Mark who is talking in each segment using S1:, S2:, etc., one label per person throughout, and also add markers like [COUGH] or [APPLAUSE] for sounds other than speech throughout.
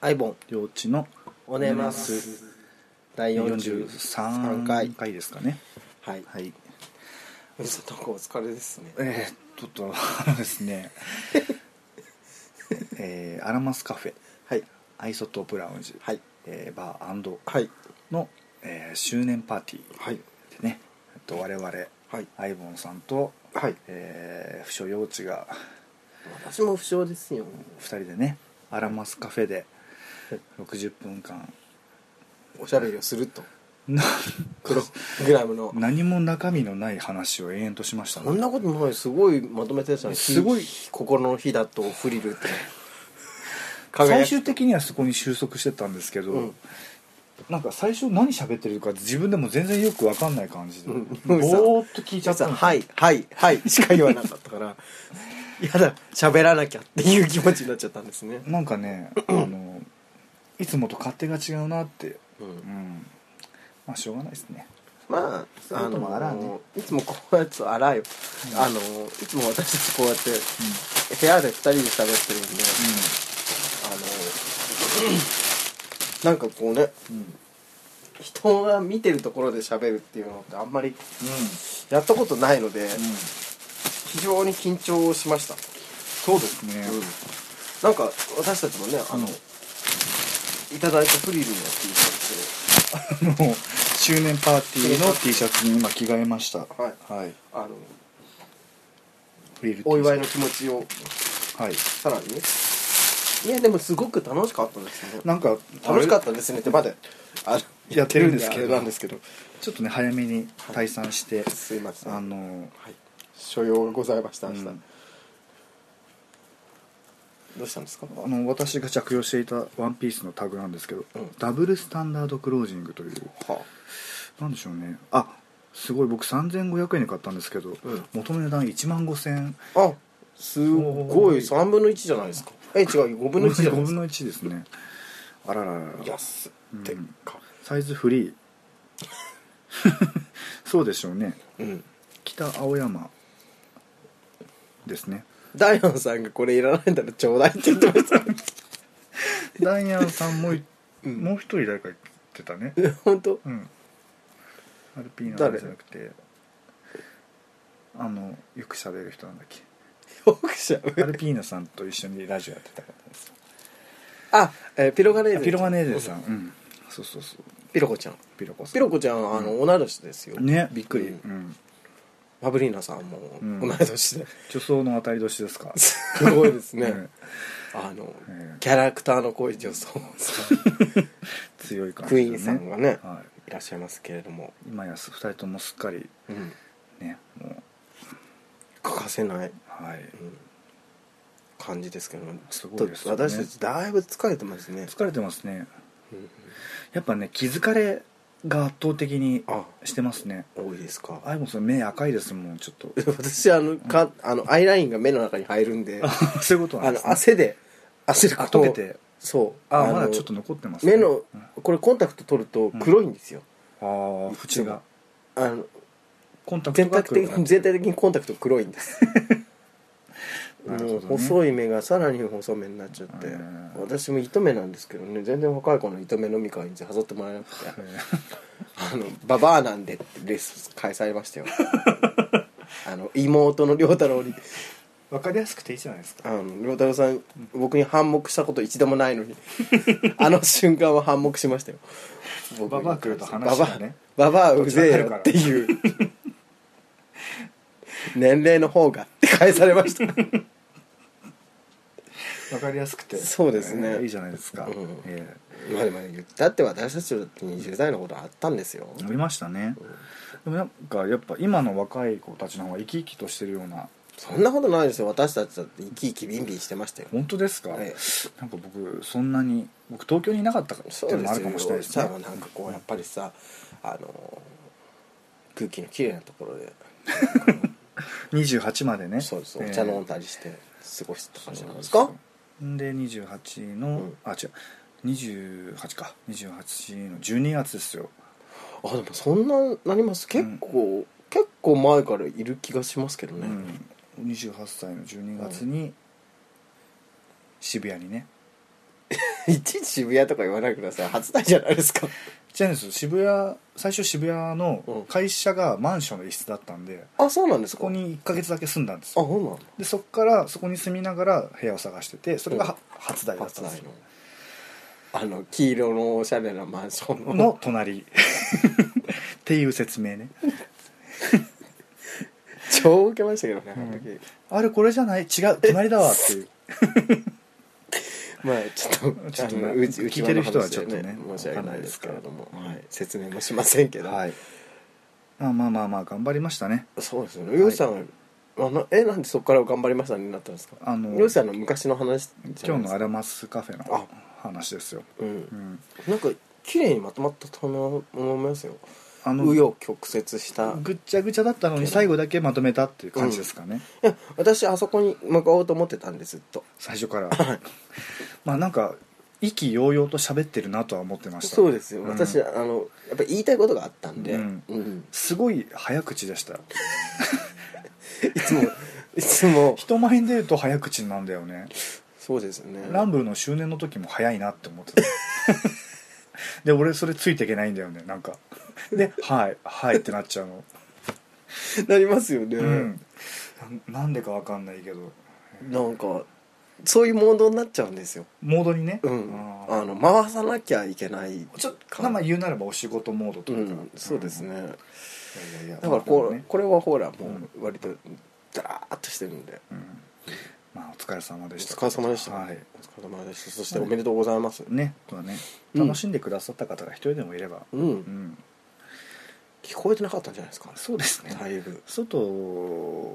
S1: アイボン
S2: 領地の
S1: おねます第
S2: 43
S1: 43
S2: 回
S1: 回
S2: ですかね
S1: はい
S2: はい
S1: 皆さんなんかお疲れですね
S2: えー、ちょっとあのですね [LAUGHS] えー、アラマスカフェ
S1: はい
S2: アイソトープラウンジ、
S1: はい
S2: えーバー
S1: はい
S2: の、えー、周年パーティ
S1: はい
S2: ーでね、えっと、我々
S1: はい
S2: アイボンさんと、
S1: はい
S2: えー、不所幼稚が
S1: 私も不詳ですよ
S2: 2人でねアラマスカフェで60分間
S1: おしゃべりをすると
S2: な
S1: プログラムの
S2: 何も中身のない話を延々としましたね
S1: そんなことないすごいまとめてたじゃん
S2: すごい
S1: ひ心の火だとフリルって輝
S2: 最
S1: く
S2: 終的にはそこに収束してったんですけど、
S1: うん
S2: なんか最初何喋ってるか自分でも全然よく分かんない感じで、
S1: うん
S2: ぼーっと聞いちゃった
S1: さ
S2: の
S1: はいはいはいしか言わなかったから [LAUGHS] やだ喋らなきゃっていう気持ちになっちゃったんですね
S2: なんかねあのいつもと勝手が違うなって、う
S1: う
S2: んん、まあしょうがないですね
S1: まあ、
S2: ういう
S1: あ
S2: こともあらんね
S1: のいつもこうやって洗うよ、
S2: うん
S1: あのいつも私たちこうやって部屋で2人で喋ってるんで、あのなんかこうね
S2: うんうん
S1: 人が見てるところで喋るっていうのってあんまり
S2: う
S1: やったことないので、
S2: ん、
S1: 非常に緊張しました、
S2: そうですね、
S1: うんなんか私たちもね
S2: [LAUGHS]
S1: あ
S2: う
S1: の、
S2: ん
S1: いただいたフリルの T シャツ
S2: あの周年パーティーの T シャツに今着替えました
S1: はい
S2: はい、
S1: をあの
S2: フリル T
S1: お祝い
S2: シ
S1: の気持ちを
S2: ャツはい
S1: さらにねいやでもすごく楽しかったですね
S2: なんか
S1: 楽しかったですねってまだあの
S2: やってるんですけど
S1: やってるんであれなんですけど
S2: ちょっとね早めに退散して、
S1: すいません
S2: あの
S1: はい所用がございました明日、
S2: うん
S1: どうしたんですか
S2: あの私が着用していたワンピースのタグなんですけど、
S1: うん
S2: ダブルスタンダードクロージングという
S1: は
S2: なんでしょうねあすごい僕3500円で買ったんですけど、
S1: うん
S2: 元の値段1万5000円
S1: ああすごい3分の1じゃないですかえ違う5分の1じゃない
S2: 5
S1: で
S2: 分
S1: すか
S2: の1ですねあらららら
S1: 安ってか
S2: サイズフリー [LAUGHS] そうでしょうね
S1: うん
S2: 北青山ですね
S1: ダイアンさんがこれいらないんだらちょうだいって言ってました
S2: ダイアンさんもい、
S1: [LAUGHS] うん
S2: もう一人誰か言ってたね
S1: 本当
S2: うんアルピーナ
S1: 誰
S2: じゃなくてあのよく喋る人なんだっけ
S1: よくしゃべ
S2: アルピーナさんと一緒にラジオやってた方です
S1: あ、えーピロガネー
S2: あ
S1: ゼ
S2: ピロガネーゼさん、うん、そうそうそう
S1: ピロコちゃん
S2: ピロコさん
S1: ピロコちゃんあの同い年ですよ
S2: ねびっくり、
S1: うん
S2: うん
S1: パブリーナさんも
S2: うん
S1: 同い年で
S2: 女装の当たり年ですか
S1: すごいです
S2: うん
S1: ねあの
S2: ええ
S1: キャラクターの声女装さん
S2: 強い感じ
S1: ク
S2: で
S1: イーンさんがね
S2: はい
S1: らっしゃいますけれども
S2: い、今やす2人ともすっかり
S1: うん
S2: ねもう
S1: 欠かせない
S2: はい、
S1: うん感じですけどちょっ
S2: すごい
S1: と
S2: ですよね
S1: 私たちだいぶ疲れてますね
S2: 疲れてますね
S1: うん
S2: やっぱね気づかれが圧倒的に
S1: あ
S2: してますね
S1: 多いですか [LAUGHS]
S2: アイボンさん目赤いですもんちょっと
S1: 私あのかあのアイラインが目の中に入るんで
S2: [LAUGHS] そういうことな
S1: あ
S2: んで
S1: の
S2: す、ね、
S1: 汗で汗で
S2: あ
S1: こ
S2: 溶
S1: う
S2: けて
S1: そう
S2: あ
S1: の
S2: まだちょっと残ってますね、
S1: 目の
S2: うん
S1: これコンタクト取ると黒いんですよ、
S2: ああ縁が
S1: あの
S2: コンタクト
S1: 全
S2: が
S1: 体
S2: 黒
S1: 的
S2: くなる
S1: に全体的にコンタクト黒いんです
S2: [LAUGHS] なるほど
S1: もう
S2: ね
S1: 細い目がさらに細目になっちゃって、
S2: うん
S1: 私も糸目なんですけどね全然若い子の糸目飲み会に誘ってもらえなくてあのババアなんでってレッスン返され
S2: [LAUGHS]
S1: ましたよあの妹の良太郎に
S2: わかりやすくていいじゃないですか
S1: あの良太郎さん僕に反目したこと一度もないのにあの瞬間は反目しましたよ僕
S2: バ
S1: に
S2: バア来ると話がね
S1: ババアババアうぜえよっていう
S2: [LAUGHS]
S1: 年齢の方がって返され
S2: [LAUGHS]
S1: ました
S2: わかりやすくて
S1: そうですね
S2: えーいいじゃないですか、
S1: うん
S2: え
S1: まあでも言ったって私たちだって20代のことあったんですよ
S2: ー、ありましたね、でもなんかやっぱ今の若い子たちの方が生き生きとしてるような
S1: そんなことないですよ私たちだって生き生きビンビンしてましたよ
S2: 本当ですか、
S1: え
S2: なんか僕そんなに僕東京にいなかったからって
S1: そ
S2: いう
S1: う
S2: の
S1: で
S2: もあ
S1: す
S2: るか
S1: よ
S2: もしれないです
S1: さ
S2: ね
S1: あなんかこうやっぱりさあの空気のきれいなところで
S2: 28までね
S1: そうです
S2: えー
S1: お茶飲んだりして過ごしてた感じなんですか
S2: で28の、
S1: うん
S2: あ違う28か28の12月ですよ
S1: あでもそんななります結構、結構前からいる気がしますけどね、
S2: うん、28歳の12月に渋谷にね
S1: [LAUGHS] いちいち渋谷とか言わないでください初台じゃないですか
S2: 違うんですよ渋谷最初渋谷
S1: うん
S2: の会社がマンションの一室だったんで
S1: あそうなんです
S2: そ
S1: か
S2: こに1ヶ月だけ住んだんです
S1: あ
S2: よ
S1: そうなの
S2: でそこからそこに住みながら部屋を探しててそれがは初台だった
S1: 初
S2: んで
S1: 台
S2: すよ
S1: のあの黄色のおしゃれなマンションの
S2: の隣っていう説明ね
S1: 超受けましたけどね、あの時
S2: うあれこれじゃない違う隣だわっていう
S1: まあちょっと
S2: ちょっと
S1: あの
S2: ね
S1: うち
S2: 聞いてる人はちょっとね
S1: うちわの話で申し訳ないですけれども
S2: わ、かんない
S1: は
S2: で
S1: い、説明もしませんけど、
S2: はいまあまあまあまあ頑張りましたね
S1: そうですよね漁師さん、あのえなんでそこから頑張りましたねになったんですか
S2: あの
S1: 漁師さんの昔の話じゃ
S2: 今
S1: ない
S2: 日の
S1: ですか
S2: アラマスカフェの話ですよ、
S1: う、
S2: うんん、
S1: なんか綺麗にまとまったと思いますよ
S2: あの
S1: 紆余曲折した
S2: ぐっちゃぐちゃだったのに最後だけまとめたっていう感じですかね、
S1: いや私あそこに向かおうと思ってたんですずっと
S2: 最初からまあなんか意気揚々と喋ってるなとは思ってました
S1: そうですよ、
S2: ん
S1: 私あのやっぱり言いたいことがあったんで、
S2: うん
S1: うん
S2: すごい早口でしたよ
S1: いつも [LAUGHS] いつも
S2: 人前に出ると早口なんだよね
S1: そうですよね
S2: ランブルの周年の時も早いなって思って
S1: [LAUGHS]
S2: たで俺それついていけないんだよねなんかで「はいはい」ってなっちゃうの
S1: なりますよね、
S2: うんななんでかわかんないけど
S1: なんかそういうモードになっちゃうんですよ、
S2: モードにね、
S1: うん、
S2: あ
S1: あの回さなきゃいけない
S2: ーちょっとまあ言うならばお仕事モードと
S1: う
S2: いうか、
S1: んそうですね、
S2: いやいやいや
S1: だからこ
S2: まあ
S1: う、
S2: でもね
S1: これはほらもう割とダラーっとしてるんで、
S2: うんまあお疲れ様
S1: お
S2: でした
S1: 疲れ様でした、
S2: はい
S1: お疲れ様でしたそしておめでとうございます、
S2: ねとはね
S1: うん
S2: 楽しんでくださった方が一人でもいれば、
S1: うん、
S2: うん、
S1: 聞こえてなかったんじゃないですか
S2: そうですね、
S1: だいぶ
S2: 外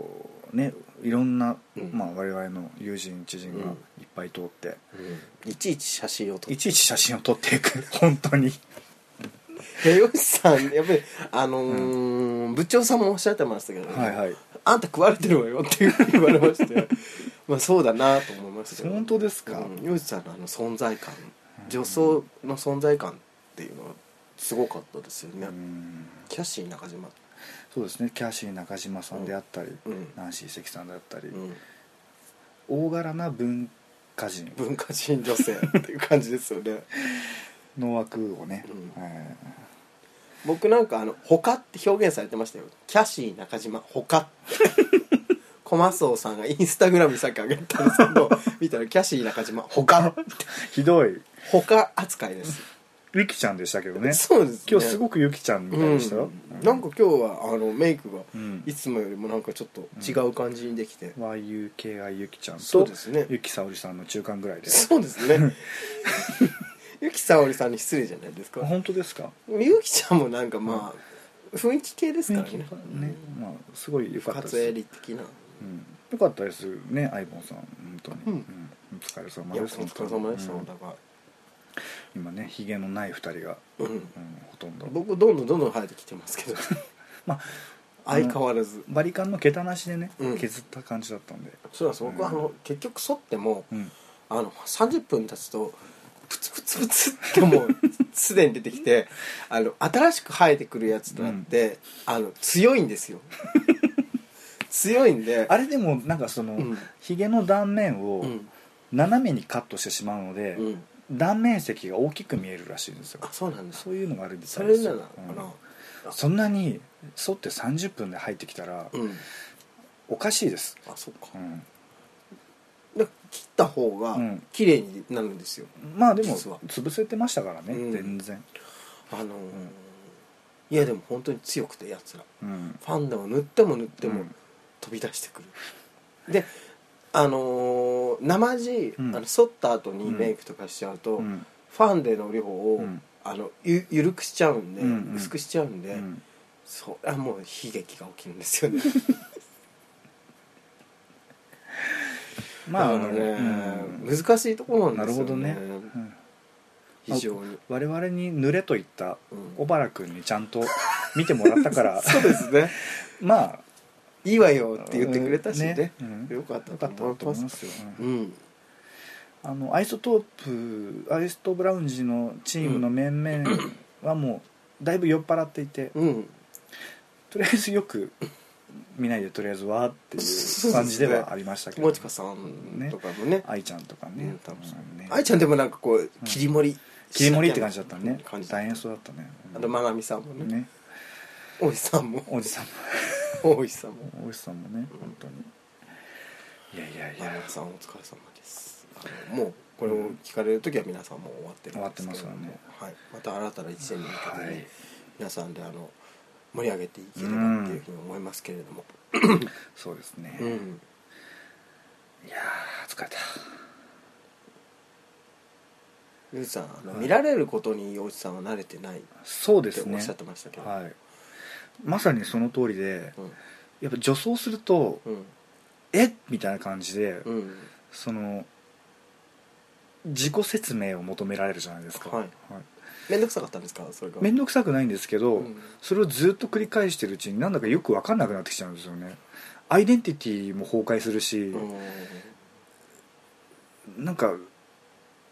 S2: ねいろんな、
S1: うん
S2: まあ、我々の友人知人が
S1: うん
S2: いっぱい通って、
S1: いちいち写真を撮っ
S2: い
S1: て
S2: ちいち写真を撮ってい
S1: [LAUGHS]
S2: く本当に
S1: 吉さんやっぱりあのー部長さんもおっしゃってましたけど、
S2: はいはい
S1: あんた食われてるわよって言われまして [LAUGHS] まあそうだなと思いましたけど
S2: 本当ですか、
S1: うんヨウジさんのあの存在感女装の存在感っていうのはすごかったですよね、
S2: うん
S1: キャッシー中島
S2: そうですねキャシー中島さんであったり、
S1: うん
S2: ナンシー関さんであったり、
S1: うん
S2: 大柄な文化人
S1: 文化人女性っていう感じですよね
S2: の枠をね、
S1: うん
S2: えー
S1: [LAUGHS] 僕なんかあの「他」って表現されてましたよキャシー中島「他」 [LAUGHS] ってコマソウさんがインスタグラムにさっき上げたんですけど見たら「キャシー中島他」 [LAUGHS]
S2: ひどい
S1: 他扱いです、
S2: ゆきちゃんでしたけどね
S1: そうですね
S2: 今日すご
S1: く
S2: くゆきちゃんみ
S1: う
S2: たいでしたよ
S1: ん、、なんか今日はあのメイクが
S2: うん
S1: いつもよりもなんかちょっと違う感じにできて、
S2: YUKI ゆきちゃん
S1: そう
S2: と
S1: ですね
S2: ゆきさおりさんの中間ぐらいで
S1: そうです [LAUGHS] ねゆきさおりさんに失礼じゃないですか
S2: 本当ですか
S1: ゆきちゃんもなんかまあ、雰囲気系ですからね
S2: ねまあすごい良かった
S1: カ
S2: で
S1: ツ
S2: す
S1: エ
S2: よ
S1: リ的な
S2: 良かったですねアイボンさん本当に
S1: うん
S2: うんお疲れ様
S1: いやお
S2: です
S1: 疲れ様でした
S2: 本
S1: お
S2: 当に
S1: 互い
S2: うん今ねひげのない二人が
S1: うん
S2: うんほとんど
S1: 僕どんどんどんどん生えてきてます [LAUGHS] けど
S2: まあ
S1: 相変わらず
S2: バリカンの毛たなしでね
S1: うん
S2: 削った感じだったんで
S1: そうなんです僕はあの結局剃っても
S2: うん
S1: あの30分経つとプツプツプツっても
S2: [LAUGHS]
S1: うすでに出てきてあの新しく生えてくるやつとなって、あの強いんですよ強いんで
S2: あれでもなんかその
S1: うん
S2: ひげの断面を
S1: うん
S2: 斜めにカットしてしまうので
S1: うん
S2: 断面積が大きく見えるらしいんですよ
S1: あそうなんだ
S2: そういうのがあるみた
S1: そ
S2: いで
S1: れ
S2: す
S1: な
S2: よ
S1: のかな
S2: うんそんなに剃って30分で入ってきたら
S1: うん、
S2: おかしいです、
S1: あそっか
S2: うん
S1: だから切った方が
S2: うん
S1: 綺麗になるんですよ、
S2: まあでも
S1: 実は
S2: 潰せてましたからね、
S1: うん
S2: 全然、
S1: あのーいやでも本当に強くてやつら
S2: うん
S1: ファンデを塗っても塗っても
S2: うん
S1: 飛び出してくる、であのー、生地、
S2: うん
S1: あの剃った後に
S2: うん
S1: メイクとかしちゃうと、
S2: うん
S1: ファンデの量を、
S2: うん
S1: あのゆ緩くしちゃうんで、
S2: うんうん
S1: 薄くしちゃうんで、
S2: うん
S1: そりゃもう悲劇が起きるんで
S2: [LAUGHS]
S1: すよね
S2: まあ
S1: だからね、
S2: うん
S1: 難しいところ
S2: な
S1: な
S2: んる
S1: です
S2: ほ
S1: よ
S2: ど
S1: ね
S2: ね、うん
S1: 非常に
S2: 我々に濡れと言った
S1: うん
S2: 小原君にちゃんと見てもらったから
S1: [LAUGHS] そうです
S2: [LAUGHS]
S1: ね
S2: まあ
S1: いいわよって言ってくれたしね,、
S2: うん
S1: よかった
S2: よかった
S1: と
S2: と思
S1: 思
S2: い
S1: いま
S2: ますすよ、うん
S1: うん
S2: あのアイソトープアイストープラウンジのチームの面々はもうだいぶ酔っ払っていて、
S1: うん
S2: とりあえずよく見ないでとりあえずわーっていう感じではありましたけど
S1: 友近さんとかもね
S2: 愛ちゃんとか
S1: う
S2: ね
S1: ん多分
S2: うんね
S1: 愛ちゃんでもなんかこう切り盛り
S2: 切り盛りって感じだったね
S1: 感じ
S2: 大変そうだったね
S1: あと愛美さんもね
S2: ね
S1: 大石さんも
S2: おじさん
S1: 大石さんも
S2: もおじさんもね本当にいやいやい
S1: 愛
S2: や
S1: 美さんお疲れ様ですあのもうこれを聞かれる時は皆さんもう終わってるんですけど
S2: 終わってま
S1: も
S2: すよね
S1: はい、また新たな一年に向けて
S2: は
S1: ね、
S2: い
S1: 皆さんであの盛り上げていければっていうふうに思いますけれども
S2: そうですね
S1: うん、
S2: いやー疲れた
S1: ゆうじさんあの、
S2: はい
S1: 見られることに陽一さんは慣れてないっ
S2: そうで
S1: て
S2: す
S1: おっ
S2: ね
S1: しゃってましたけど、
S2: はいまさにその通りで
S1: うん
S2: やっぱ女装すると
S1: うん
S2: えっみたいな感じで
S1: うん
S2: その自己説明を求められるじゃないですか
S1: はい面倒くさかったんですかそれが
S2: 面倒くさくないんですけど、
S1: うん
S2: それをずっと繰り返してるうちになんだかよく分かんなくなってきちゃうんですよねアイデンティティも崩壊するし、なんか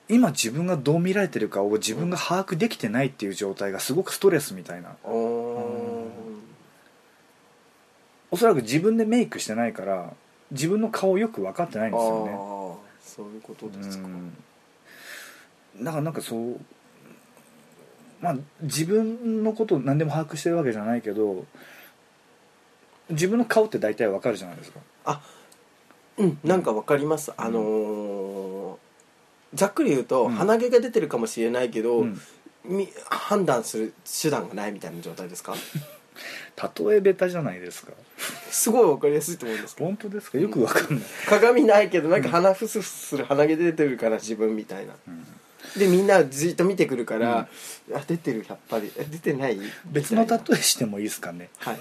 S2: 今自分がどう見られてるかを自分が把握できてないっていう状態がすごくストレスみたいな
S1: うんおー
S2: おそらく自分でメイクしてないから自分の顔をよく分かってないん
S1: あ
S2: ですよね
S1: ーそういうことですか
S2: うんだからなんかそうまあ自分のことを何でも把握してるわけじゃないけど自分の顔って大体わかるじゃないですか
S1: あうんなんかわかりますあのーざっくり言うと、
S2: うん
S1: 鼻毛が出てるかもしれないけど、
S2: うん
S1: み判断する手段がないみたいな状態ですか [LAUGHS]
S2: 例えベタじゃないですか
S1: すごいわかりやすいと思うんですけど
S2: 本当ですかよくわかんない、
S1: 鏡ないけどなんか鼻フスフスする鼻毛出てるから自分みたいなでみんなじっと見てくるから、あ出てるやっぱりえ出てない
S2: 別の
S1: みた
S2: 例
S1: いな
S2: えしてもいいですかね
S1: はい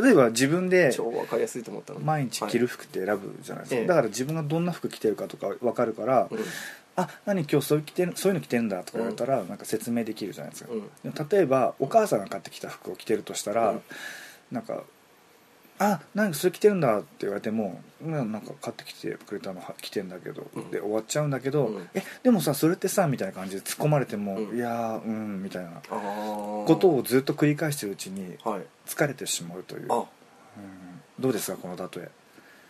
S2: 例えば自分で
S1: 超わかりやすいと思ったの
S2: 毎日着る服って選ぶじゃないですか、
S1: はいええ
S2: だから自分がどんな服着てるかとかわかるから、
S1: はい
S2: あ何今日そういう着てるそういうの着てんだとか言われたら、なんか説明できるじゃないですか、
S1: うん
S2: でも例えばお母さんが買ってきた服を着てるとしたら、
S1: うん
S2: なんか「あ何それ着てるんだ」って言われても「うんなんか買ってきてくれたのは着てんだけど」
S1: うん
S2: で終わっちゃうんだけど「
S1: うん
S2: えでもさそれってさ」みたいな感じで突っ込まれても「
S1: うん
S2: いやーうん」みたいな
S1: あー
S2: ことをずっと繰り返してるうちに
S1: はい
S2: 疲れてしまうという、
S1: あ
S2: うんどうですかこの例え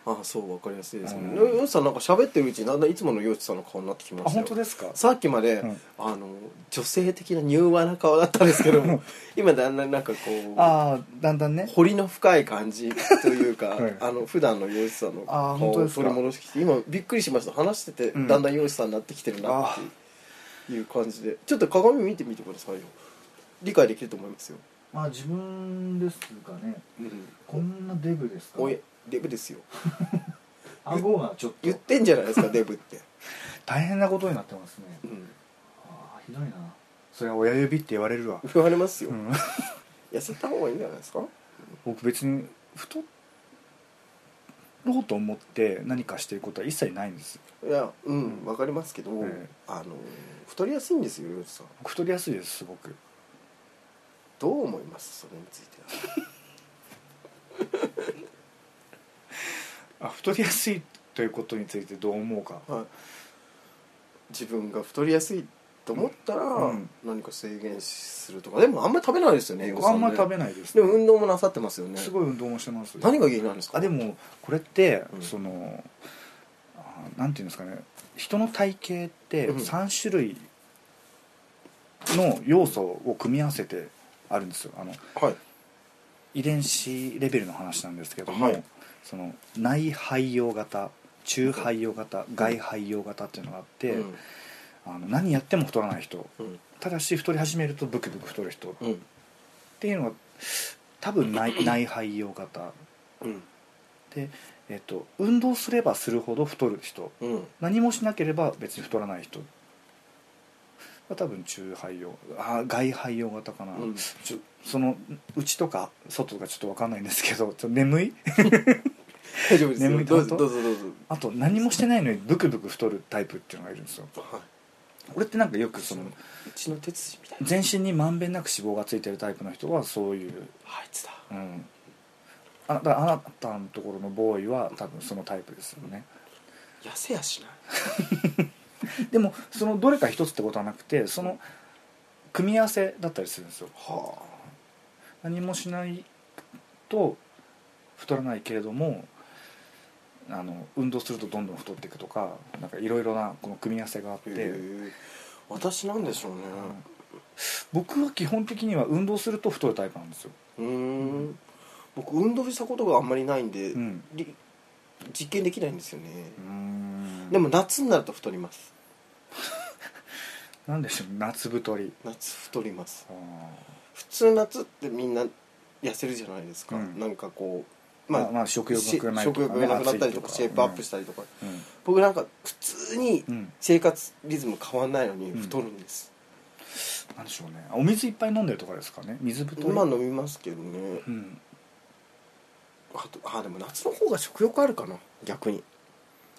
S1: あそうわかりやすいですね、
S2: うん
S1: よしさんなんか喋ってるうちにだんだんいつものよしさんの顔になってきましたよ
S2: あ本当ですか
S1: さっきまで、
S2: うん
S1: あの女性的な柔和な顔だったんですけども [LAUGHS] 今だんだんなんかこう
S2: ああだんだんね
S1: 彫りの深い感じというか、
S2: [LAUGHS] はい
S1: あの普段の洋一さんの
S2: あー
S1: 顔
S2: 本当
S1: を
S2: ですか
S1: 取り戻してきて今びっくりしました話してて、
S2: うん
S1: だんだん洋一さんになってきてるなっていういう感じでちょっと鏡見てみてくださいよ理解できると思いますよ、
S2: まあ自分ですかね
S1: うん、
S2: こんなデブですか
S1: おいデブですよ
S2: 顎がちょっ
S1: 言ってんじゃない
S2: [LAUGHS]
S1: ですかデブって、
S2: 大変なことになってますね
S1: うん、
S2: ああひどいなそれは親指って言われるわ、
S1: 言われますよ、
S2: うん、 [LAUGHS]
S1: 痩せた方がいいんじゃないですか
S2: 僕別に太ろうと思って何かしてることは一切ないんです
S1: いやうんわかりますけど、
S2: ええ
S1: あの太りやすいんですよ洋一さん
S2: 僕太りやすいですすごく
S1: どう思いますそれについては
S2: あ太りやすいということについてどう思うか
S1: はい、 [LAUGHS] 自分が太りやすいと思ったら、
S2: うん
S1: 何か制限するとかでもあんまり食べないですよね洋
S2: 僕
S1: さ
S2: あ
S1: ね
S2: んまり食べないです、
S1: でも運動もなさってますよね
S2: すごい運動もしてます
S1: 何が原因なんですか
S2: あでもこれって、
S1: うん
S2: そのあなんていうんですかね人の体型って
S1: うん
S2: 3種類の要素を組み合わせてあるんですよあの
S1: はい
S2: 遺伝子レベルの話なんですけども、
S1: はい
S2: その内肺葉型中肺葉型外肺葉型っていうのがあって、
S1: うん
S2: あの何やっても太らない人
S1: うん
S2: ただし太り始めるとブクブク太る人っ
S1: うん
S2: ていうのが多分
S1: [CLEARS THROAT]
S2: 内内肺葉型
S1: うん
S2: で、えっと、運動すればするほど太る人
S1: うん
S2: 何もしなければ別に太らない人まあ多分中肺用あー外肺用型かな、
S1: うん
S2: ちょその内とか外とかちょっと分かんないんですけどちょっと眠い [LAUGHS]
S1: 大丈夫です
S2: 眠
S1: よ
S2: い
S1: どう
S2: 本当
S1: ぞどうぞどうぞ
S2: あと何もしてないのにブクブク太るタイプっていうのがいるんですよ
S1: はい
S2: 俺ってなんかよくその
S1: うちの鉄人みたいな
S2: 全身にまんべんなく脂肪がついてるタイプの人はそういう、
S1: あいつだ
S2: うん、あだからあなたのところのボーイは多分そのタイプですよね
S1: 痩せやしない
S2: でもそのどれか一つってことはなくてその組み合わせだったりするんですよ
S1: は
S2: 何もしないと太らないけれどもあの運動するとどんどん太っていくとかなんかいろいろなこの組み合わせがあって、
S1: え私なんでしょうね
S2: 僕は基本的には運動すると太るタイプなんですよ、
S1: うーん僕運動したことがあんまりないんで、
S2: うん
S1: り実験できないんですよね、
S2: うん
S1: でも夏になると太ります
S2: なんでしょう夏太り
S1: 夏太ります
S2: あ
S1: 普通夏ってみんな痩せるじゃないですか、
S2: うん
S1: なんかこう
S2: ーまあ、まあ食欲がな
S1: し
S2: いとか
S1: 食
S2: ね、
S1: 欲がなくなったりとかシェイプアップしたたりとか、
S2: うん、
S1: 僕なんか普通に
S2: うんうん
S1: 生活リズム変わんないのに
S2: うん
S1: 太るんです、
S2: なんでしょうねお水いっぱい飲んでるとかですかね水太り
S1: 今飲みますけどね
S2: うん、
S1: あとあでも夏の方が食欲あるかな逆に、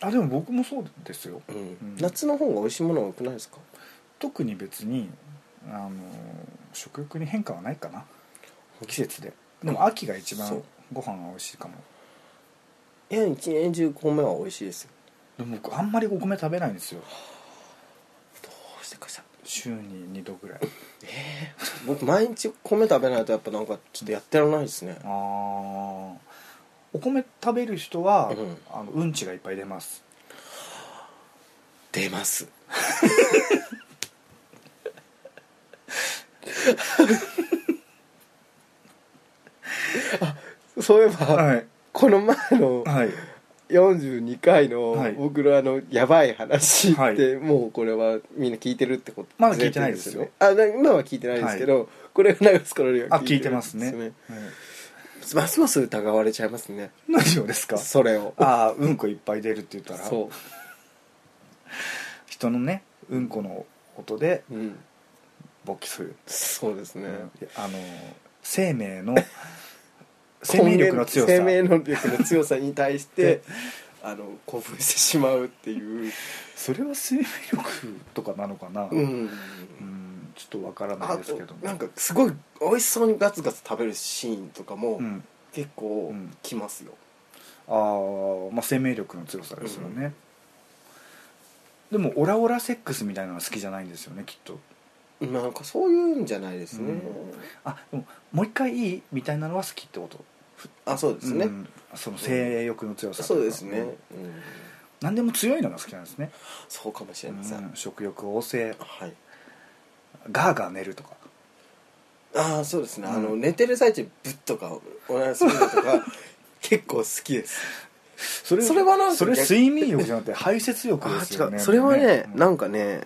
S2: あでも僕もそうですよ
S1: うん
S2: ん
S1: 夏の方が美味しいもの多くないですか
S2: 特に別にあの食欲に変化はないかな季節ででも秋が一
S1: そ
S2: 番
S1: う
S2: ご飯が美味しいかも
S1: いや一年中米は美味しいですよ
S2: でも僕あんまりお米食べないんですよ
S1: どうしてかしら
S2: 週に2度ぐらい
S1: 僕毎日米食べないとやっぱなんかちょっとやってられないですね
S2: あーお米食べる人は、
S1: うん
S2: あのうんちがいっぱい出ます
S1: 出ます [LAUGHS] あそういえば、
S2: はい
S1: この前の
S2: はい
S1: 42回の
S2: はい
S1: 僕のあのやばい話って、
S2: はい
S1: もうこれはみんな聞いてるってこと
S2: まだ聞いてないですよ
S1: あな今は聞いてないですけど、これを流す頃には
S2: あ
S1: る
S2: 聞いてますね
S1: です
S2: はい
S1: ますます疑われちゃいますね
S2: 何をですか
S1: それを
S2: ああうんこいっぱい出るって言ったら
S1: そ
S2: 人のねうんこの音で
S1: う、うん、
S2: 勃起する、
S1: そうですね、
S2: あの生命
S1: [LAUGHS]
S2: の生命力の強さ
S1: 生命力の強さに対して
S2: [LAUGHS]
S1: あの興奮してしまうっていう、
S2: それは生命力とかなのかな、
S1: う
S2: うん
S1: ん、
S2: ちょっとわからな
S1: あ
S2: いですけど
S1: と
S2: も
S1: なんかすごい美味しそうにガツガツ食べるシーンとかも
S2: うん、
S1: 結構
S2: うん
S1: きますよ、
S2: ああまあ生命力の強さですよね、でもオラオラセックスみたいなのは好きじゃないんですよねきっと
S1: なんかそういうんじゃないですね、
S2: うんあでももう一回いいみたいなのは好きってこと
S1: あそうですね、
S2: うんその性欲の強さとか
S1: そうですね、うん
S2: ん何でも強いのが好きなんですね、
S1: そうかもしれません、
S2: うん食欲旺盛
S1: はい
S2: ガーガー寝るとか
S1: ああそうですね、
S2: うん
S1: あの寝てる最中ブッとかおならするのと
S2: [LAUGHS]
S1: か結構好きです
S2: そ
S1: それはなんか
S2: それ
S1: 逆
S2: 睡眠欲じゃなくて排泄欲ですよね
S1: それはね、
S2: うん
S1: なんかね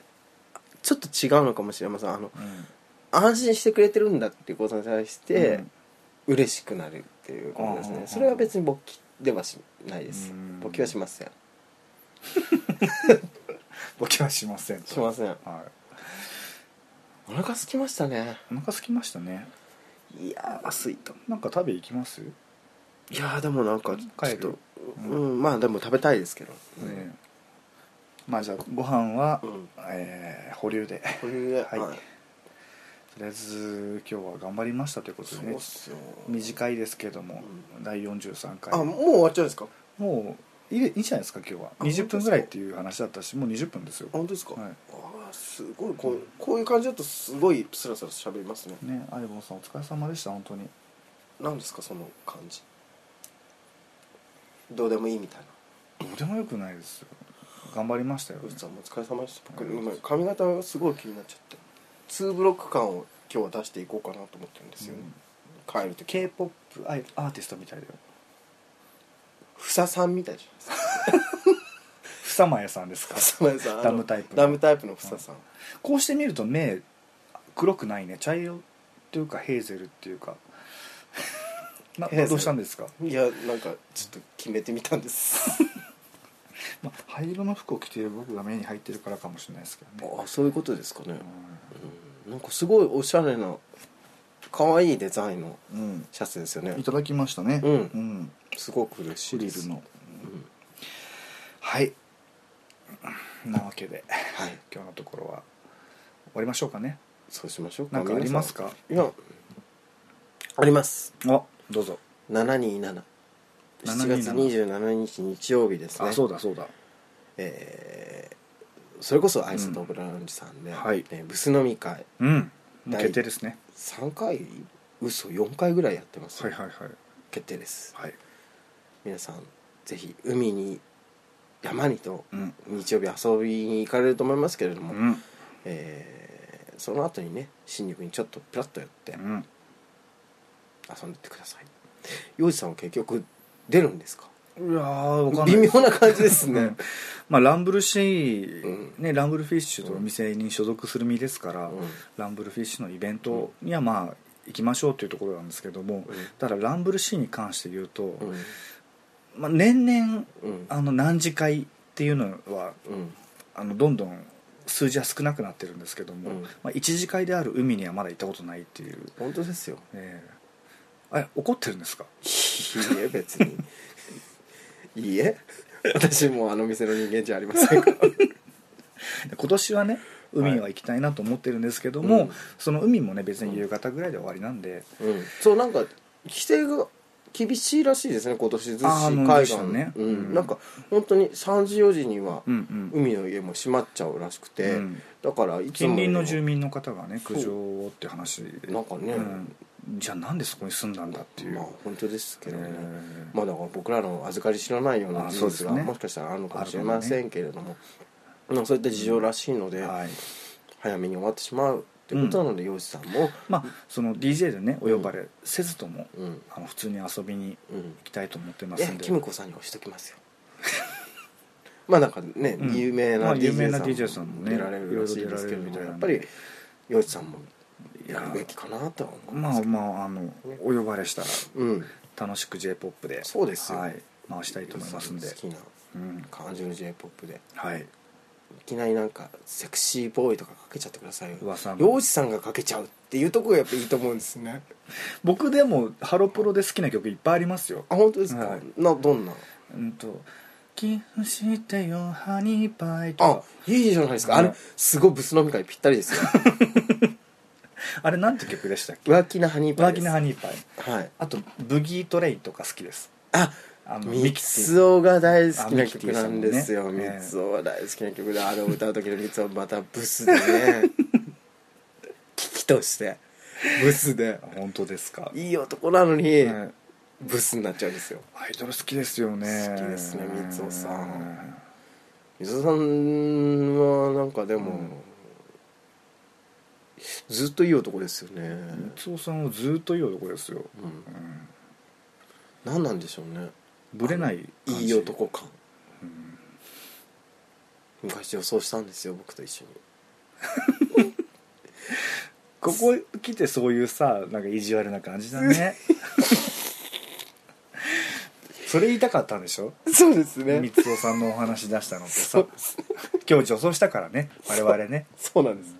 S1: ちょっと違うのかもしれませんあの
S2: うん
S1: 安心してくれてるんだっていうことに対して
S2: うん
S1: 嬉しくなるっていうことですね、
S2: うん
S1: それは別に勃起ではしないです、
S2: うん
S1: 勃起はしません
S2: 僕はしませんと
S1: しません
S2: はい
S1: お腹空きましたね
S2: お腹空きましたね
S1: いやー空いた
S2: なんか食べ行きますね
S1: いやーでもなんかちょっ
S2: 帰る
S1: とうん、まあでも食べたいですけど、
S2: えまあじゃあご飯は、
S1: うん
S2: えー保留で
S1: これで、
S2: はいとりあえず今日は頑張りましたということ
S1: そ
S2: で
S1: う
S2: ね
S1: っすよ
S2: 短いですけども、第43回
S1: あもう終わっちゃうんですか
S2: もういいいいじゃないですか今日は
S1: あ本当です
S2: 20
S1: か
S2: 分ぐらいっていう話だったしもう20分ですよ
S1: あ、本当ですか、
S2: はい
S1: ああすごいこうこういう感じだとすごいスラスラ喋りますね
S2: ねアイボンさんお疲れ様でした本当に
S1: 何ですかその感じどうでもいいみたい
S2: ど
S1: な
S2: うでもよくないですよ頑張りましたよ、
S1: うっさんもお疲れ様でした
S2: あ
S1: 僕
S2: りがとうご
S1: 今
S2: ざいます
S1: 髪型がすごい気になっちゃってツーブロック感を今日は出していこうかなと思ってるんですよね、
S2: うん
S1: 帰ると
S2: k p o p アイアーティストみたいだよ
S1: ふささんみたいじゃないですか
S2: 房前さんですか
S1: ふさまやさんあの
S2: ダムタイプの
S1: ダムタイプのふささん、
S2: こうして見ると目黒くないね茶色っていうかヘーゼルっていうか [LAUGHS] な
S1: ヘーゼル
S2: どうしたんですか、
S1: いやなんかちょっと決めてみたんです
S2: まあ、灰色の服を着ている僕が目に入ってるからかもしれないですけどね、
S1: [LAUGHS] あそういうことですかね
S2: う
S1: なんかすごいおしゃれな可愛いデザインの
S2: ん
S1: シャツですよね
S2: いただきましたね
S1: うん
S2: うん、
S1: すごく嬉し
S2: シ
S1: い
S2: リ
S1: で
S2: ル
S1: す
S2: の、はいなわけで
S1: はい
S2: 今日のところは終わりましょうかね
S1: そうしましょうか
S2: なんかありますか
S1: 皆さんいやあります
S2: あどうぞ、
S1: 727 7月27日日曜日ですね
S2: あそうだそうだ
S1: えーそれこそアイスとブラウンジさんで、
S2: うんはい
S1: えーブス飲み会
S2: うんもう決定ですね
S1: 3回嘘4回ぐらいやってます、
S2: はいはいはい
S1: 決定です
S2: はい
S1: 皆さんぜひ海に山にと
S2: うん
S1: 日曜日遊びに行かれると思いますけれども、
S2: うん
S1: えーその後にね新宿にちょっとプラッと寄って
S2: うん
S1: 遊んでってください洋治さんは結局出るんですか
S2: いやーわかんない
S1: 微妙な感じです
S2: ね
S1: ね、
S2: まあ、ランブルシー、
S1: う
S2: ね、ランブルフィッシュというお店に所属する身ですから、
S1: うん
S2: ランブルフィッシュのイベントにはまあ行きましょうというところなんですけども、
S1: うん
S2: ただランブルシーに関して言うと、
S1: うん
S2: まあ、年々
S1: うん
S2: あの何次会っていうのは
S1: うん
S2: あのどんどん数字は少なくなってるんですけども、
S1: うん
S2: まあ、一次会である海にはまだ行ったことないっていう、
S1: 本当ですよ
S2: ええあれ怒ってるんですか
S1: いいえ別にいいえ私もうあの店の人間じゃありませんから
S2: で今年はね海には行きたいなと思ってるんですけども、
S1: はいうん
S2: その海もね別に夕方ぐらいで終わりなんで、
S1: うん、そうなんか規制が厳しいらしいですね今年逗
S2: あー
S1: 子
S2: あの
S1: 海
S2: 逗
S1: 岸
S2: 子のね
S1: うん
S2: うん
S1: なんか本当に3時4時には
S2: うんうん
S1: 海の家も閉まっちゃうらしくて、
S2: うん
S1: だからいつ
S2: 近
S1: も
S2: 隣
S1: よりも
S2: の住民の方がね
S1: そう
S2: 苦情をって話で
S1: なんかね
S2: うんじゃあなんでそこに住んだんだっていう、
S1: まあ本当ですけどね、
S2: えー
S1: まあだから僕らの預かり知らないような
S2: あ
S1: 事
S2: そうです
S1: 実
S2: ね
S1: が、もしかしたらあるのかもしれませんけれども、まあそういった事情らしいので、
S2: はい
S1: 早めに終わってしまうってことなので洋治、さんも
S2: まあその DJ でねお呼ばれせずとも、
S1: うん
S2: あの普通に遊びに
S1: うん
S2: 行きたいと思ってま
S1: い
S2: す
S1: や
S2: んで
S1: キムコさんに押しときますよ [LAUGHS] まあなんかね、
S2: うん
S1: 有名
S2: ま
S1: な
S2: あ有名
S1: DJ
S2: な
S1: さん
S2: DJ さんもね
S1: 出られるらしいですけれど
S2: いろい
S1: も
S2: ろ出られるみたいなんで
S1: やっぱり洋治さんも
S2: い
S1: やるべきかなとは思いま
S2: ますあ
S1: けど、
S2: まああのお呼ばれしたら
S1: うん
S2: 楽しく j p o p で
S1: そうですよ
S2: はい、回したいと思いますんで
S1: 洋治、さんの
S2: う
S1: 好き
S2: ん
S1: な、感じの j p o p で
S2: はい
S1: いきなりなんかセクシーボーイとかかけちゃってくださいよ
S2: 噂の
S1: 洋治さんがかけちゃうっていうところがやっぱいいと思うんですね
S2: 僕でもハロプロで好きな曲いっぱいありますよ
S1: あ本当ですか、
S2: はい
S1: などんな
S2: うんと「キスしてよハニーパイ」と
S1: あ
S2: か
S1: いいじゃないですかあ
S2: ね
S1: れすごいブス飲み会ぴったりですよ
S2: [LAUGHS] あれなんて曲でしたっけ
S1: 浮気なハニーパ
S2: 上
S1: イで
S2: 着
S1: す
S2: のハニーパイ
S1: はい
S2: あと「ブギートレイン」とか好きです
S1: あ
S2: あの
S1: ミ
S2: ミ
S1: キ
S2: キ
S1: ス
S2: ス
S1: オが大好き
S2: あ
S1: な
S2: ミキテ
S1: 曲
S2: ィさ
S1: なんん
S2: もね
S1: ですよミ
S2: ええ
S1: キスオが大好きな曲であれを歌う時のミキスオまたブスでね危機としてブスで
S2: 本当ですか、
S1: いい男なのに、
S2: はい
S1: ブスになっちゃうんですよ
S2: アイドル好きですよね
S1: 好きですね光雄さん伊沢さんはなんかでも、
S2: うん
S1: ずっといい男ですよね、
S2: 光雄さんはずっといい男ですよ、
S1: うん
S2: う、ん、
S1: 何なんでしょうね
S2: ぶれない感じ
S1: いい男感
S2: うん
S1: 昔予想したんですよ僕と一緒に
S2: ここ来てそういうさなんか意地悪な感じだ [LAUGHS] ねそれ言いたかったんでしょ
S1: そうです
S2: 光雄さんのお話出したのって
S1: そ
S2: さ
S1: うです
S2: 今日女装したからね我々ね
S1: [LAUGHS] そうなんです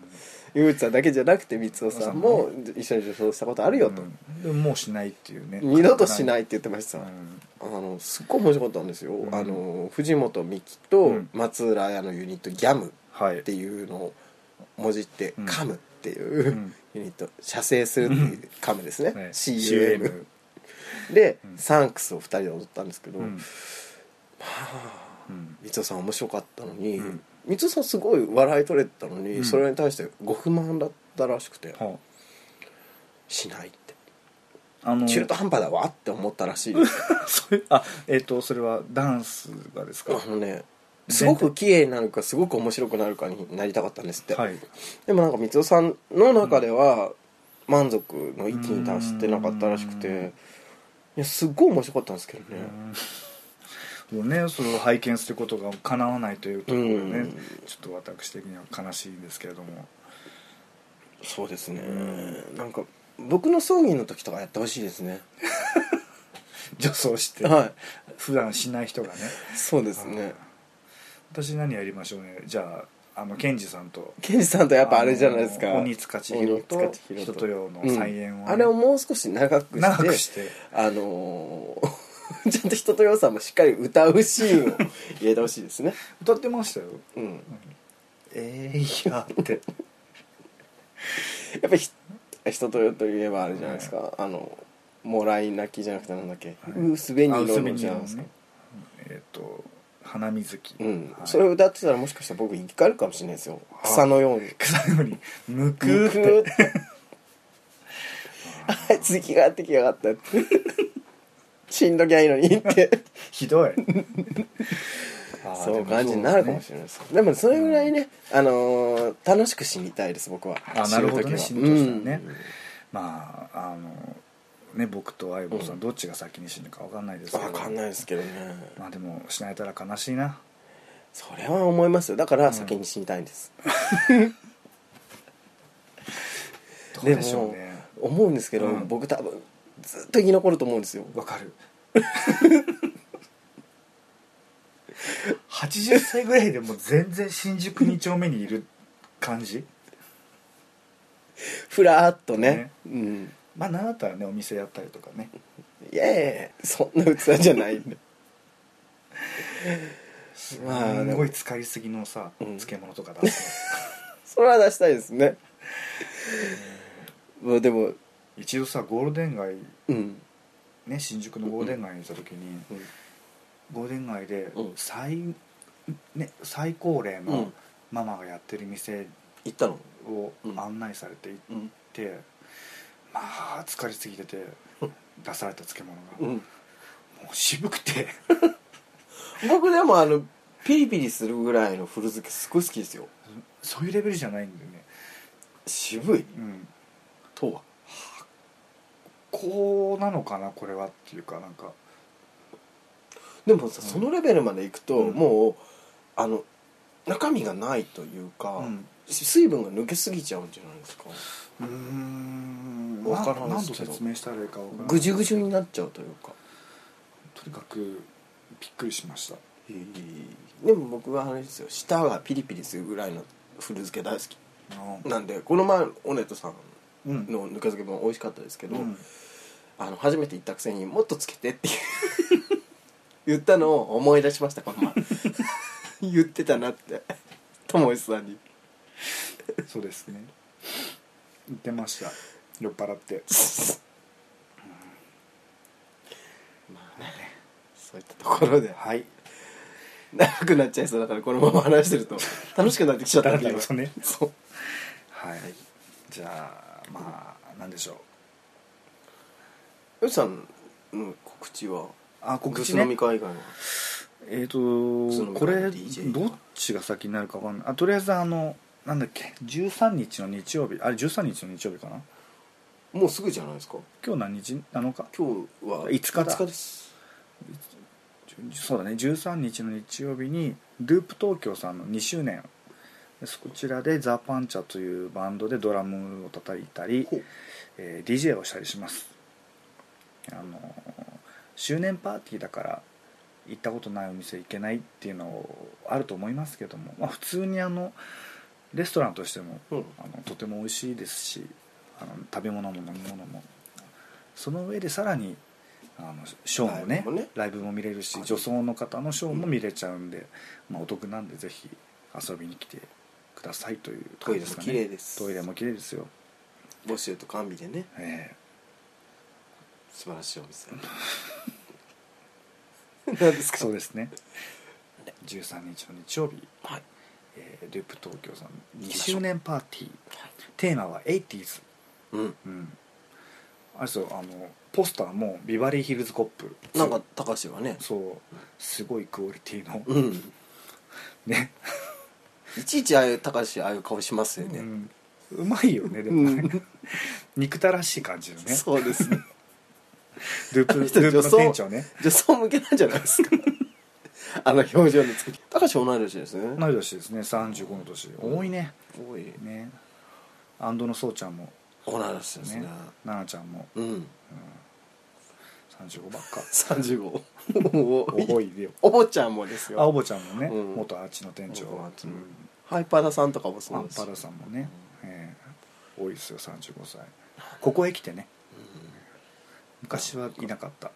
S1: ゆうちさんだけじゃなくて光雄さんも一緒に予想したことあるよと、
S2: うんでももうしないっていうね
S1: 二度としない
S2: い、
S1: って言ってました、
S2: うん
S1: あのすっごい面白かったんですよ、
S2: うん
S1: あの藤本美貴と
S2: うん
S1: 松浦綾のユニットギャム
S2: はい
S1: っていうのをもじって「
S2: うん
S1: カム」っていう、
S2: うん
S1: ユニット射精するっていう「カム」ですね、
S2: ね
S1: CUM で、
S2: うん
S1: サンクスを2人で踊ったんですけど、
S2: うん
S1: 三尾さん面白かったのに、
S2: うん
S1: 三尾さんすごい笑い取れてたのに、
S2: うん
S1: それに対してご不満だったらしくて
S2: は
S1: 「しない」って
S2: ああの
S1: 中途半端だわって思ったらしい
S2: [LAUGHS]
S1: です
S2: そういうあえっ、とそれはダンスがですか
S1: あのねすごく綺麗になるかすごく面白くなるかになりたかったんですって、
S2: はい
S1: でもなんか光雄さんの中では満足の域に達してなかったらしく
S2: うん
S1: ていやすっごい面白かったんですけどね、
S2: もうねそれを拝見することが叶わないというところでね、
S1: うん
S2: ちょっと私的には悲しいんですけれども
S1: そうですね
S2: う
S1: なんか僕の葬儀の時とかやってほしいですね
S2: 女装して、
S1: は
S2: 普段しない人がね
S1: いそうですね
S2: 私何やりましょうねじゃああのケンジさんと
S1: ケンジさんとやっぱあれじゃないですか
S2: あの鬼塚千尋と
S1: 鬼塚千尋
S2: 人とよの
S1: うん
S2: 再演をね、
S1: あれをもう少し長くして
S2: 長くして
S1: あのー [LAUGHS] ちゃんと人とよさんもしっかり歌うシーンを入れてほしいですね
S2: 歌ってましたよ
S1: うん
S2: ええいやって
S1: やっぱりひ人とよといえばあれじゃないですか、あのもらい泣きじゃなくてなんだっけ、うーすべに
S2: あ
S1: の
S2: 薄め
S1: じゃない
S2: の
S1: ですか
S2: ねえっ、と花水木、
S1: うん、
S2: はい
S1: それを歌ってたらもしかしたら僕生き返るかもしれないですよ草のように
S2: 草のようにむく
S1: グー
S2: ー
S1: っ
S2: って
S1: て [LAUGHS] [LAUGHS] あいつ生き返ってきやがったって死んどきゃいいのにって
S2: ひ
S1: [LAUGHS]
S2: どい
S1: そう感じになるかもしれないですでもそれぐらいね、あのー楽しく死にたいです僕は
S2: あなるほどね
S1: 死
S2: 死ぬ
S1: ぬ時
S2: と
S1: は
S2: したらね、
S1: うん
S2: まああのね僕と相棒さん、
S1: うん
S2: どっちが先に死ぬかわかんないですけど
S1: わかんないですけどね
S2: まあでも死なれたら悲しいな
S1: それは思いますよだから先に死にたいんです、
S2: どうでしょうね
S1: 思うんですけど、
S2: うん
S1: 僕多分ずっと生き残ると思うんですよ
S2: わか [LAUGHS] る80歳ぐらいでもう全然新宿2丁目にいる感じ
S1: ふらーっとねうん
S2: まあなんだったらねお店やったりとかね
S1: いやいやいやそんな器じゃないんで [LAUGHS]
S2: す
S1: まあでも
S2: ごい浸かりすぎのさ、
S1: うん
S2: 漬物とか出して
S1: それは出したいで
S2: [LAUGHS]
S1: すねまあでも
S2: 一度さゴールデン街
S1: うん
S2: ね新宿のゴールデン街に行った時に、
S1: うん
S2: ゴールデン街で
S1: うん
S2: 最,、ね、最高齢
S1: う
S2: の
S1: ん
S2: ママがやってる店
S1: 行ったの
S2: を
S1: うん
S2: 案内されて行っ
S1: うん
S2: て、まあ疲れすぎてて出された漬物が、
S1: うん
S2: もう渋くて [LAUGHS]
S1: 僕でもあのピリピリするぐらいの古漬けすごい好きですよ
S2: そういうレベルじゃないんだよね、
S1: 渋い
S2: うん、
S1: とは
S2: こうなのかなこれはっていうかなんか
S1: でもさ
S2: うん
S1: そのレベルまでいくと、
S2: うん
S1: もうあの中身がないというか、
S2: うん
S1: し水分が抜けすぎちゃうんじゃないですか
S2: うーん
S1: わからん
S2: な
S1: で
S2: ん
S1: す
S2: と
S1: けど
S2: 説明したらいいかわからない
S1: ぐじゅぐじゅになっちゃうというか、
S2: とにかくびっくりしました
S1: でも僕はあれですよ舌がピリピリするぐらいの古漬け大好き
S2: うん
S1: なんでこの前オネットさん
S2: うん
S1: のぬか漬けも美味しかったですけど、
S2: うん
S1: あの初めて行ったくせにもっとつけてっていう言ったのを思い出しましたこの前 [LAUGHS] 言ってたなって友一さんに
S2: そうですね言ってました酔っ払
S1: [LAUGHS]
S2: って
S1: そういったところで
S2: はい
S1: 長くなっちゃいそうだからこのまま話してると楽しくなってきちゃった [LAUGHS] んだ
S2: だんだんそうね
S1: そう
S2: はいじゃあまあなんでしょう
S1: よしさんの告知は
S2: あ告知
S1: グス飲
S2: ね
S1: み会以外は
S2: えっ、
S1: そ
S2: ー、
S1: の
S2: とこれ
S1: DJ
S2: どっちが先になるかわかんないあとりあえずあのなんだっけ13日の日曜日あれ13日の日曜日かな
S1: もうすぐじゃないですか
S2: 今日何日7日
S1: 今日は
S2: 5日だ
S1: 5日です
S2: そうだね13日の日曜日にループ東京さんの2周年でそちらでザ・パンチャというバンドでドラムを叩いたり
S1: ほう、
S2: えー DJ をしたりしますあのー周年パーティーだから行ったことないお店行けないっていうのあると思いますけども、まあ、普通にあのレストランとしても
S1: うん
S2: あのとても美味しいですしあの食べ物も飲み物もその上でさらにあのショーもね
S1: ライブもね
S2: ライブも見れるし
S1: はい
S2: 女装の方のショーも見れちゃうんで、まあ、お得なんでぜひ遊びに来てくださいという
S1: ト
S2: 感
S1: イ
S2: じ
S1: レも
S2: かね
S1: 綺麗です
S2: トイレも綺麗ですよ、
S1: 募集と完備でね
S2: え
S1: 素晴らしいお [LAUGHS] 店何です
S2: え
S1: か
S2: そうですね13日の日曜日、
S1: はい
S2: えーループ東京さん
S1: 行き
S2: 2
S1: ましょ
S2: 周
S1: う
S2: 年パーティーテーマは 80s
S1: うん
S2: うんあれですよあのポスターもビバリーヒルズコップ
S1: なんか高橋はね
S2: そうすごいクオリティの、
S1: うん
S2: ね
S1: いちいちああいう高橋ああいう顔しますよね、
S2: うんうまいよねでも、
S1: うん
S2: 憎たらしい感じのね
S1: そうですね [LAUGHS]
S2: ルー
S1: あの
S2: プ
S1: [LAUGHS] 人
S2: ループ
S1: 女
S2: の
S1: 装
S2: 店長ね
S1: 女装向けなんじゃないですか [LAUGHS] あの表情のつき高橋同い年ですね
S2: 同い年ですね35の年多いね
S1: 多い
S2: ねアンドのそうちゃんも
S1: 同い年ですね
S2: ね奈々ちゃんも
S1: うん
S2: 35ばっ
S1: [LAUGHS]
S2: か
S1: 35
S2: 多
S1: お
S2: いよ
S1: お坊ちゃんもですよ
S2: あおぼちゃんもね、
S1: うん
S2: 元アーチの店長
S1: 元アーチ
S2: う
S1: の
S2: ん
S1: ハイパダさんとかも
S2: ア
S1: そう
S2: ン
S1: です
S2: パラさんもね、ええ多いですよ35歳ここへ来てね昔はいなかった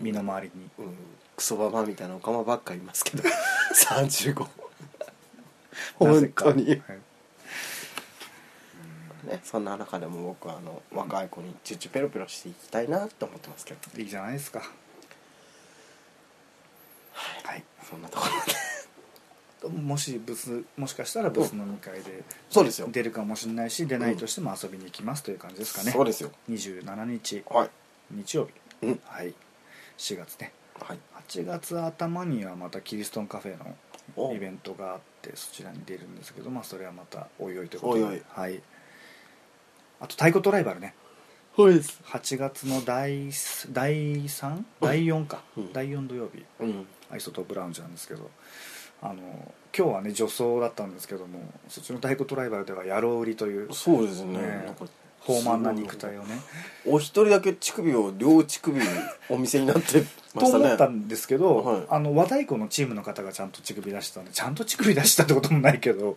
S2: 身の回りに
S1: うん、クソババアみたいなオカマばっかいま
S2: [LAUGHS]
S1: すけど35
S2: な
S1: 本
S2: ぜか
S1: 当に、
S2: はい
S1: ね、そんな中でも僕はあの若い子にチュチュペロペロしていきたいなって思ってますけど
S2: いいじゃないですかはい、
S1: そんなところで
S2: もしブスもしかしたらブス飲み会で
S1: そうですよ
S2: 出るかもしれないし出ないとしても遊びに
S1: [LAUGHS]
S2: 行きますという感じですかね、
S1: そうですよ
S2: 27日
S1: はい
S2: 日曜日、
S1: うん
S2: はい4月ね
S1: はい
S2: 8月頭にはまたキリストンカフェ
S1: お
S2: のイベントがあってそちらに出るんですけどまあそれはまたおいおいということで
S1: おいおい
S2: はい、あと太鼓トライバルね
S1: そうです
S2: 8月の第す第3第4か、
S1: うん
S2: 第4土曜日
S1: うん
S2: アイソトープラウンジなんですけどあの今日はね女装だったんですけどもそっちの太鼓トライバルでは野郎売りという
S1: そうですね
S2: ね
S1: なんか
S2: 豊満な肉体をね
S1: お一人だけ乳首を両乳首にお店になってま
S2: と
S1: し
S2: [LAUGHS]
S1: た
S2: 思
S1: ね
S2: ったんですけど、
S1: はい
S2: あの和太鼓のチームの方がちゃんと乳首出してたんでちゃんと乳首出したってこともないけど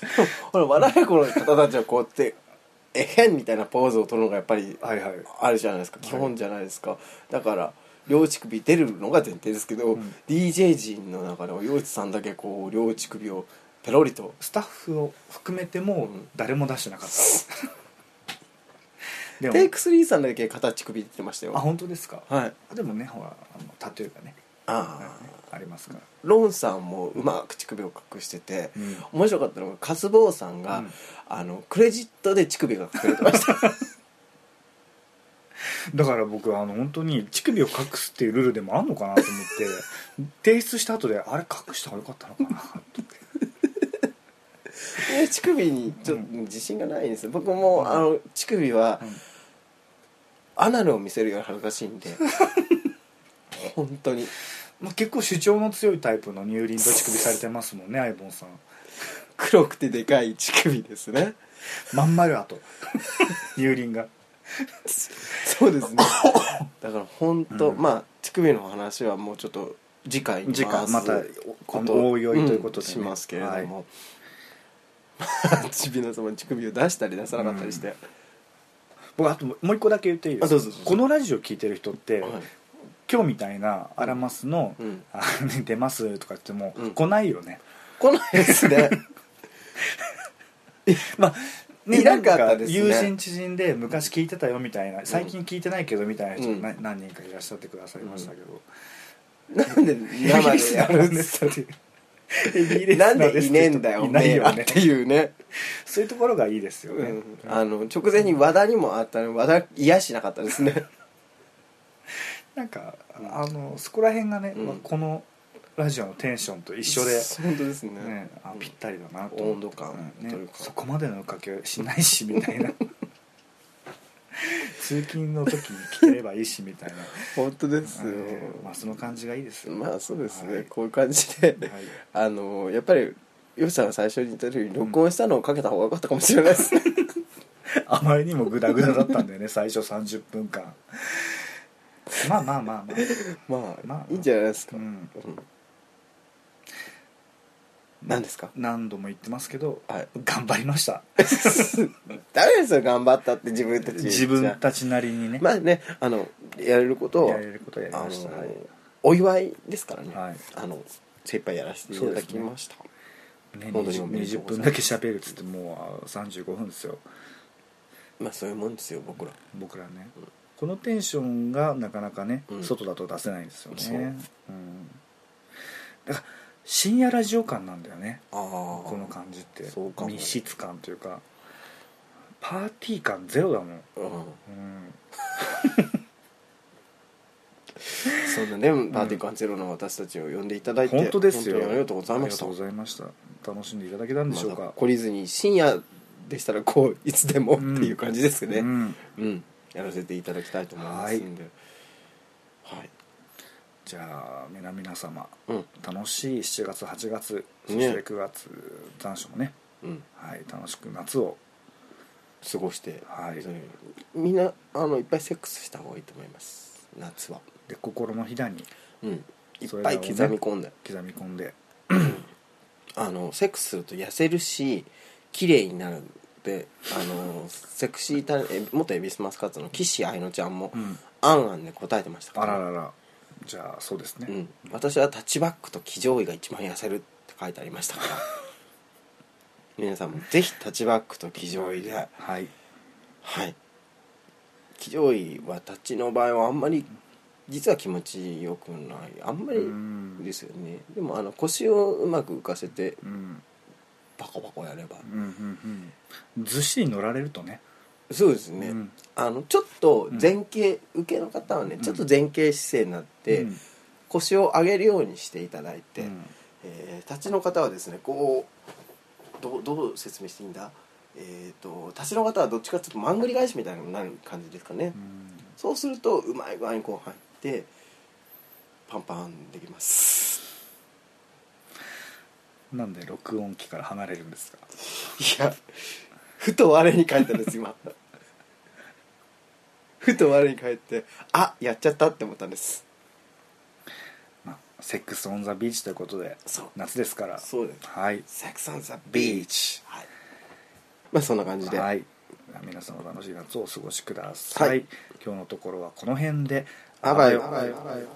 S1: [LAUGHS] ほら笑い子の方たちはこうやって「えへん」みたいなポーズを取るのがやっぱり
S2: はいはい
S1: あるじゃないですか基本じゃないですか、だから両乳首出るのが前提ですけど、
S2: うん
S1: DJ 陣の中では陽一さんだけこう両乳首をペロリと
S2: スタッフを含めても
S1: うん
S2: 誰も出してなかった、
S1: [LAUGHS]
S2: で
S1: テイ
S2: も
S1: ク3さんだけ片乳首出てましたよ
S2: あ本当ですか、
S1: はい
S2: でもねほらあのタトゥーがね
S1: ああ
S2: ありますから
S1: ロンさんもうまく乳首を隠してて、
S2: うん
S1: 面白かったのがカスボーさんが、
S2: うん
S1: あのクレジットで乳首が隠れてました
S2: だから僕あの本当に乳首を隠すっていうルールでもあんのかなと思
S1: [LAUGHS]
S2: って提出した後であれ隠した方がよかったのかなと
S1: え乳首にちょっと自信がないんですよ僕もあの乳首は、
S2: うん
S1: アナルを見せるより恥ずかしいんで本当に
S2: まあ結構主張の強いタイプの乳輪と乳首されてますもんねアイボンさん
S1: 黒くてでかい乳首ですね
S2: まん丸あ
S1: [LAUGHS]
S2: と乳輪が
S1: そうですね [LAUGHS] だから本当、まあ乳首の話はもうちょっと次回に
S2: 次回
S1: 回す
S2: また
S1: こ
S2: ことのおいおいということでね
S1: んしますけれども、ちびなさ [LAUGHS] まに乳首を出したり出さなかったりして、
S2: 僕あともう一個だけ言っていいで
S1: あ
S2: す
S1: ど
S2: か
S1: うぞどうぞ
S2: このラジオ聞いてる人って、
S1: はい
S2: 今日みたいなアラマスの
S1: うん
S2: 「あ出ます」とか言っても、
S1: うん
S2: 来ないよね
S1: 来ないですね
S2: まあね、
S1: いなかったですね
S2: なんか友人知人で昔聞いてたよみたいな最近聞いてないけどみたいな人
S1: うん
S2: な何人かいらっしゃってくださいましたけど
S1: なんで生でやるんです
S2: か
S1: [LAUGHS] なんでいねえんだよ
S2: いないよ
S1: おめえ
S2: ね
S1: っていうね
S2: そういうところがいいですよ
S1: う
S2: ね、
S1: ん、あの直前に和田にもあったの和田癒しなかったですね
S2: なんか、
S1: うん
S2: あのそこら辺がね、
S1: うん
S2: まあこのラジオのテンションと一緒で、
S1: 本当ですね
S2: ね、あ
S1: うん
S2: ぴったりだなと
S1: 温度感
S2: うんね
S1: というか
S2: そこまでのかけしないしみたいな [LAUGHS] 通勤の時に聞ければいいしみたいな、
S1: 本当ですよ、
S2: うんまあ、その感じがいいですよ、
S1: まあそうですね、
S2: はい
S1: こういう感じで、
S2: はい
S1: あのやっぱりよしさんが最初に言ったように録音したのをかけた方が良かったかもしれないですね、
S2: [LAUGHS] あまりにもグダグダだったんだよね最初30分間まあまあまあまあ
S1: ま
S2: [LAUGHS]
S1: あ、
S2: まあ
S1: いいんじゃないですか、
S2: う
S1: うん
S2: ん
S1: 何ですか
S2: 何度も言ってますけど、 [LAUGHS]
S1: はい [LAUGHS]
S2: 頑張りました
S1: ダメですよ頑張ったって自分たち
S2: 自分たちなりにね、
S1: まあねあのやれることを
S2: やれることはやり
S1: あ
S2: ま
S1: の
S2: した、はい
S1: お祝いですからね、
S2: はい
S1: あの精一杯やらせていただきました、
S2: ね、
S1: 本当におめでと
S2: 20
S1: うござい
S2: 分
S1: ます
S2: だけ喋るっつってもうあ35分ですよ
S1: まあそういうもんですよ僕ら
S2: 僕らね、このテンションがなかなかね、
S1: うん
S2: 外だと出せないんですよ
S1: そう
S2: ねうんだから深夜ラジオ感なんだよね
S1: ああ
S2: この感じって
S1: そうかも
S2: 密室感というかパーティー感ゼロだもん、
S1: うん
S2: うん、
S1: そんなねパーティーカンゼロの私たちを呼んでいただいて
S2: 本当ですよ
S1: 本当にありがとうござい
S2: あ
S1: ま
S2: りが
S1: し
S2: と
S1: た
S2: うございました楽しんでいただけたんでしょう
S1: まだ
S2: か、
S1: 懲りずに深夜でしたらこういつでもって
S2: うん
S1: いう感じですね
S2: う
S1: うん、
S2: ん、
S1: やらせていただきたいと思いますんではい、
S2: じゃあ皆々様
S1: うん
S2: 楽しい7月8月そし
S1: ね
S2: て9月、残暑もね
S1: うん
S2: はい、楽しく夏を
S1: 過ごして、
S2: はい
S1: そういうみんなあのいっぱいセックスした方がいいと思います夏は
S2: で心のひだに
S1: うんいっ
S2: それ
S1: ぱ
S2: らを
S1: い
S2: ね
S1: 刻み込んで、
S2: 刻み込んで
S1: あのセックスすると痩せるし綺麗になるんであのセクシータレえ元恵比寿マスカッツの岸愛乃ちゃんも、
S2: うん
S1: あんあんで答えてましたか
S2: あ
S1: ら
S2: らららじゃあそうですね、
S1: うん、私はタッチバックと騎乗位が一番痩せるって書いてありましたから [LAUGHS] 皆さんもぜひタッチバックと騎乗位で
S2: はい
S1: はい騎乗位はタッチの場合はあんまり実は気持ちよくないあんまり
S2: うん
S1: ですよねでもあの腰をうまく浮かせて
S2: うん
S1: パコパコやれば
S2: うんうんうんずっしり乗られるとね
S1: そうですね、
S2: うん
S1: あのちょっと前傾、受けの方はねちょっと前傾姿勢になって、
S2: うん
S1: 腰を上げるようにしていただいて、
S2: うん
S1: えー立ちの方はですねこうどうどう説明していいんだえー、と立ちの方はどっちかっていうとまんぐり返しみたいになる感じですかね、
S2: うん
S1: そうするとうまい具合にこう入ってパンパンできます
S2: なんで録音機から離れるんですか
S1: いやふと我に返ったんです今 [LAUGHS] ふと我に返ってあやっちゃったって思ったんです
S2: まあ、セックス・オン・ザ・ビーチということで
S1: そう
S2: 夏ですから
S1: そうです
S2: はい
S1: セックサンザ
S2: ビーチ
S1: はいまあそんな感じで
S2: はい皆さんお楽しい夏をお過ごしください、
S1: はい
S2: 今日のところはこの辺で
S1: あばよ
S2: あばよ
S1: あばよ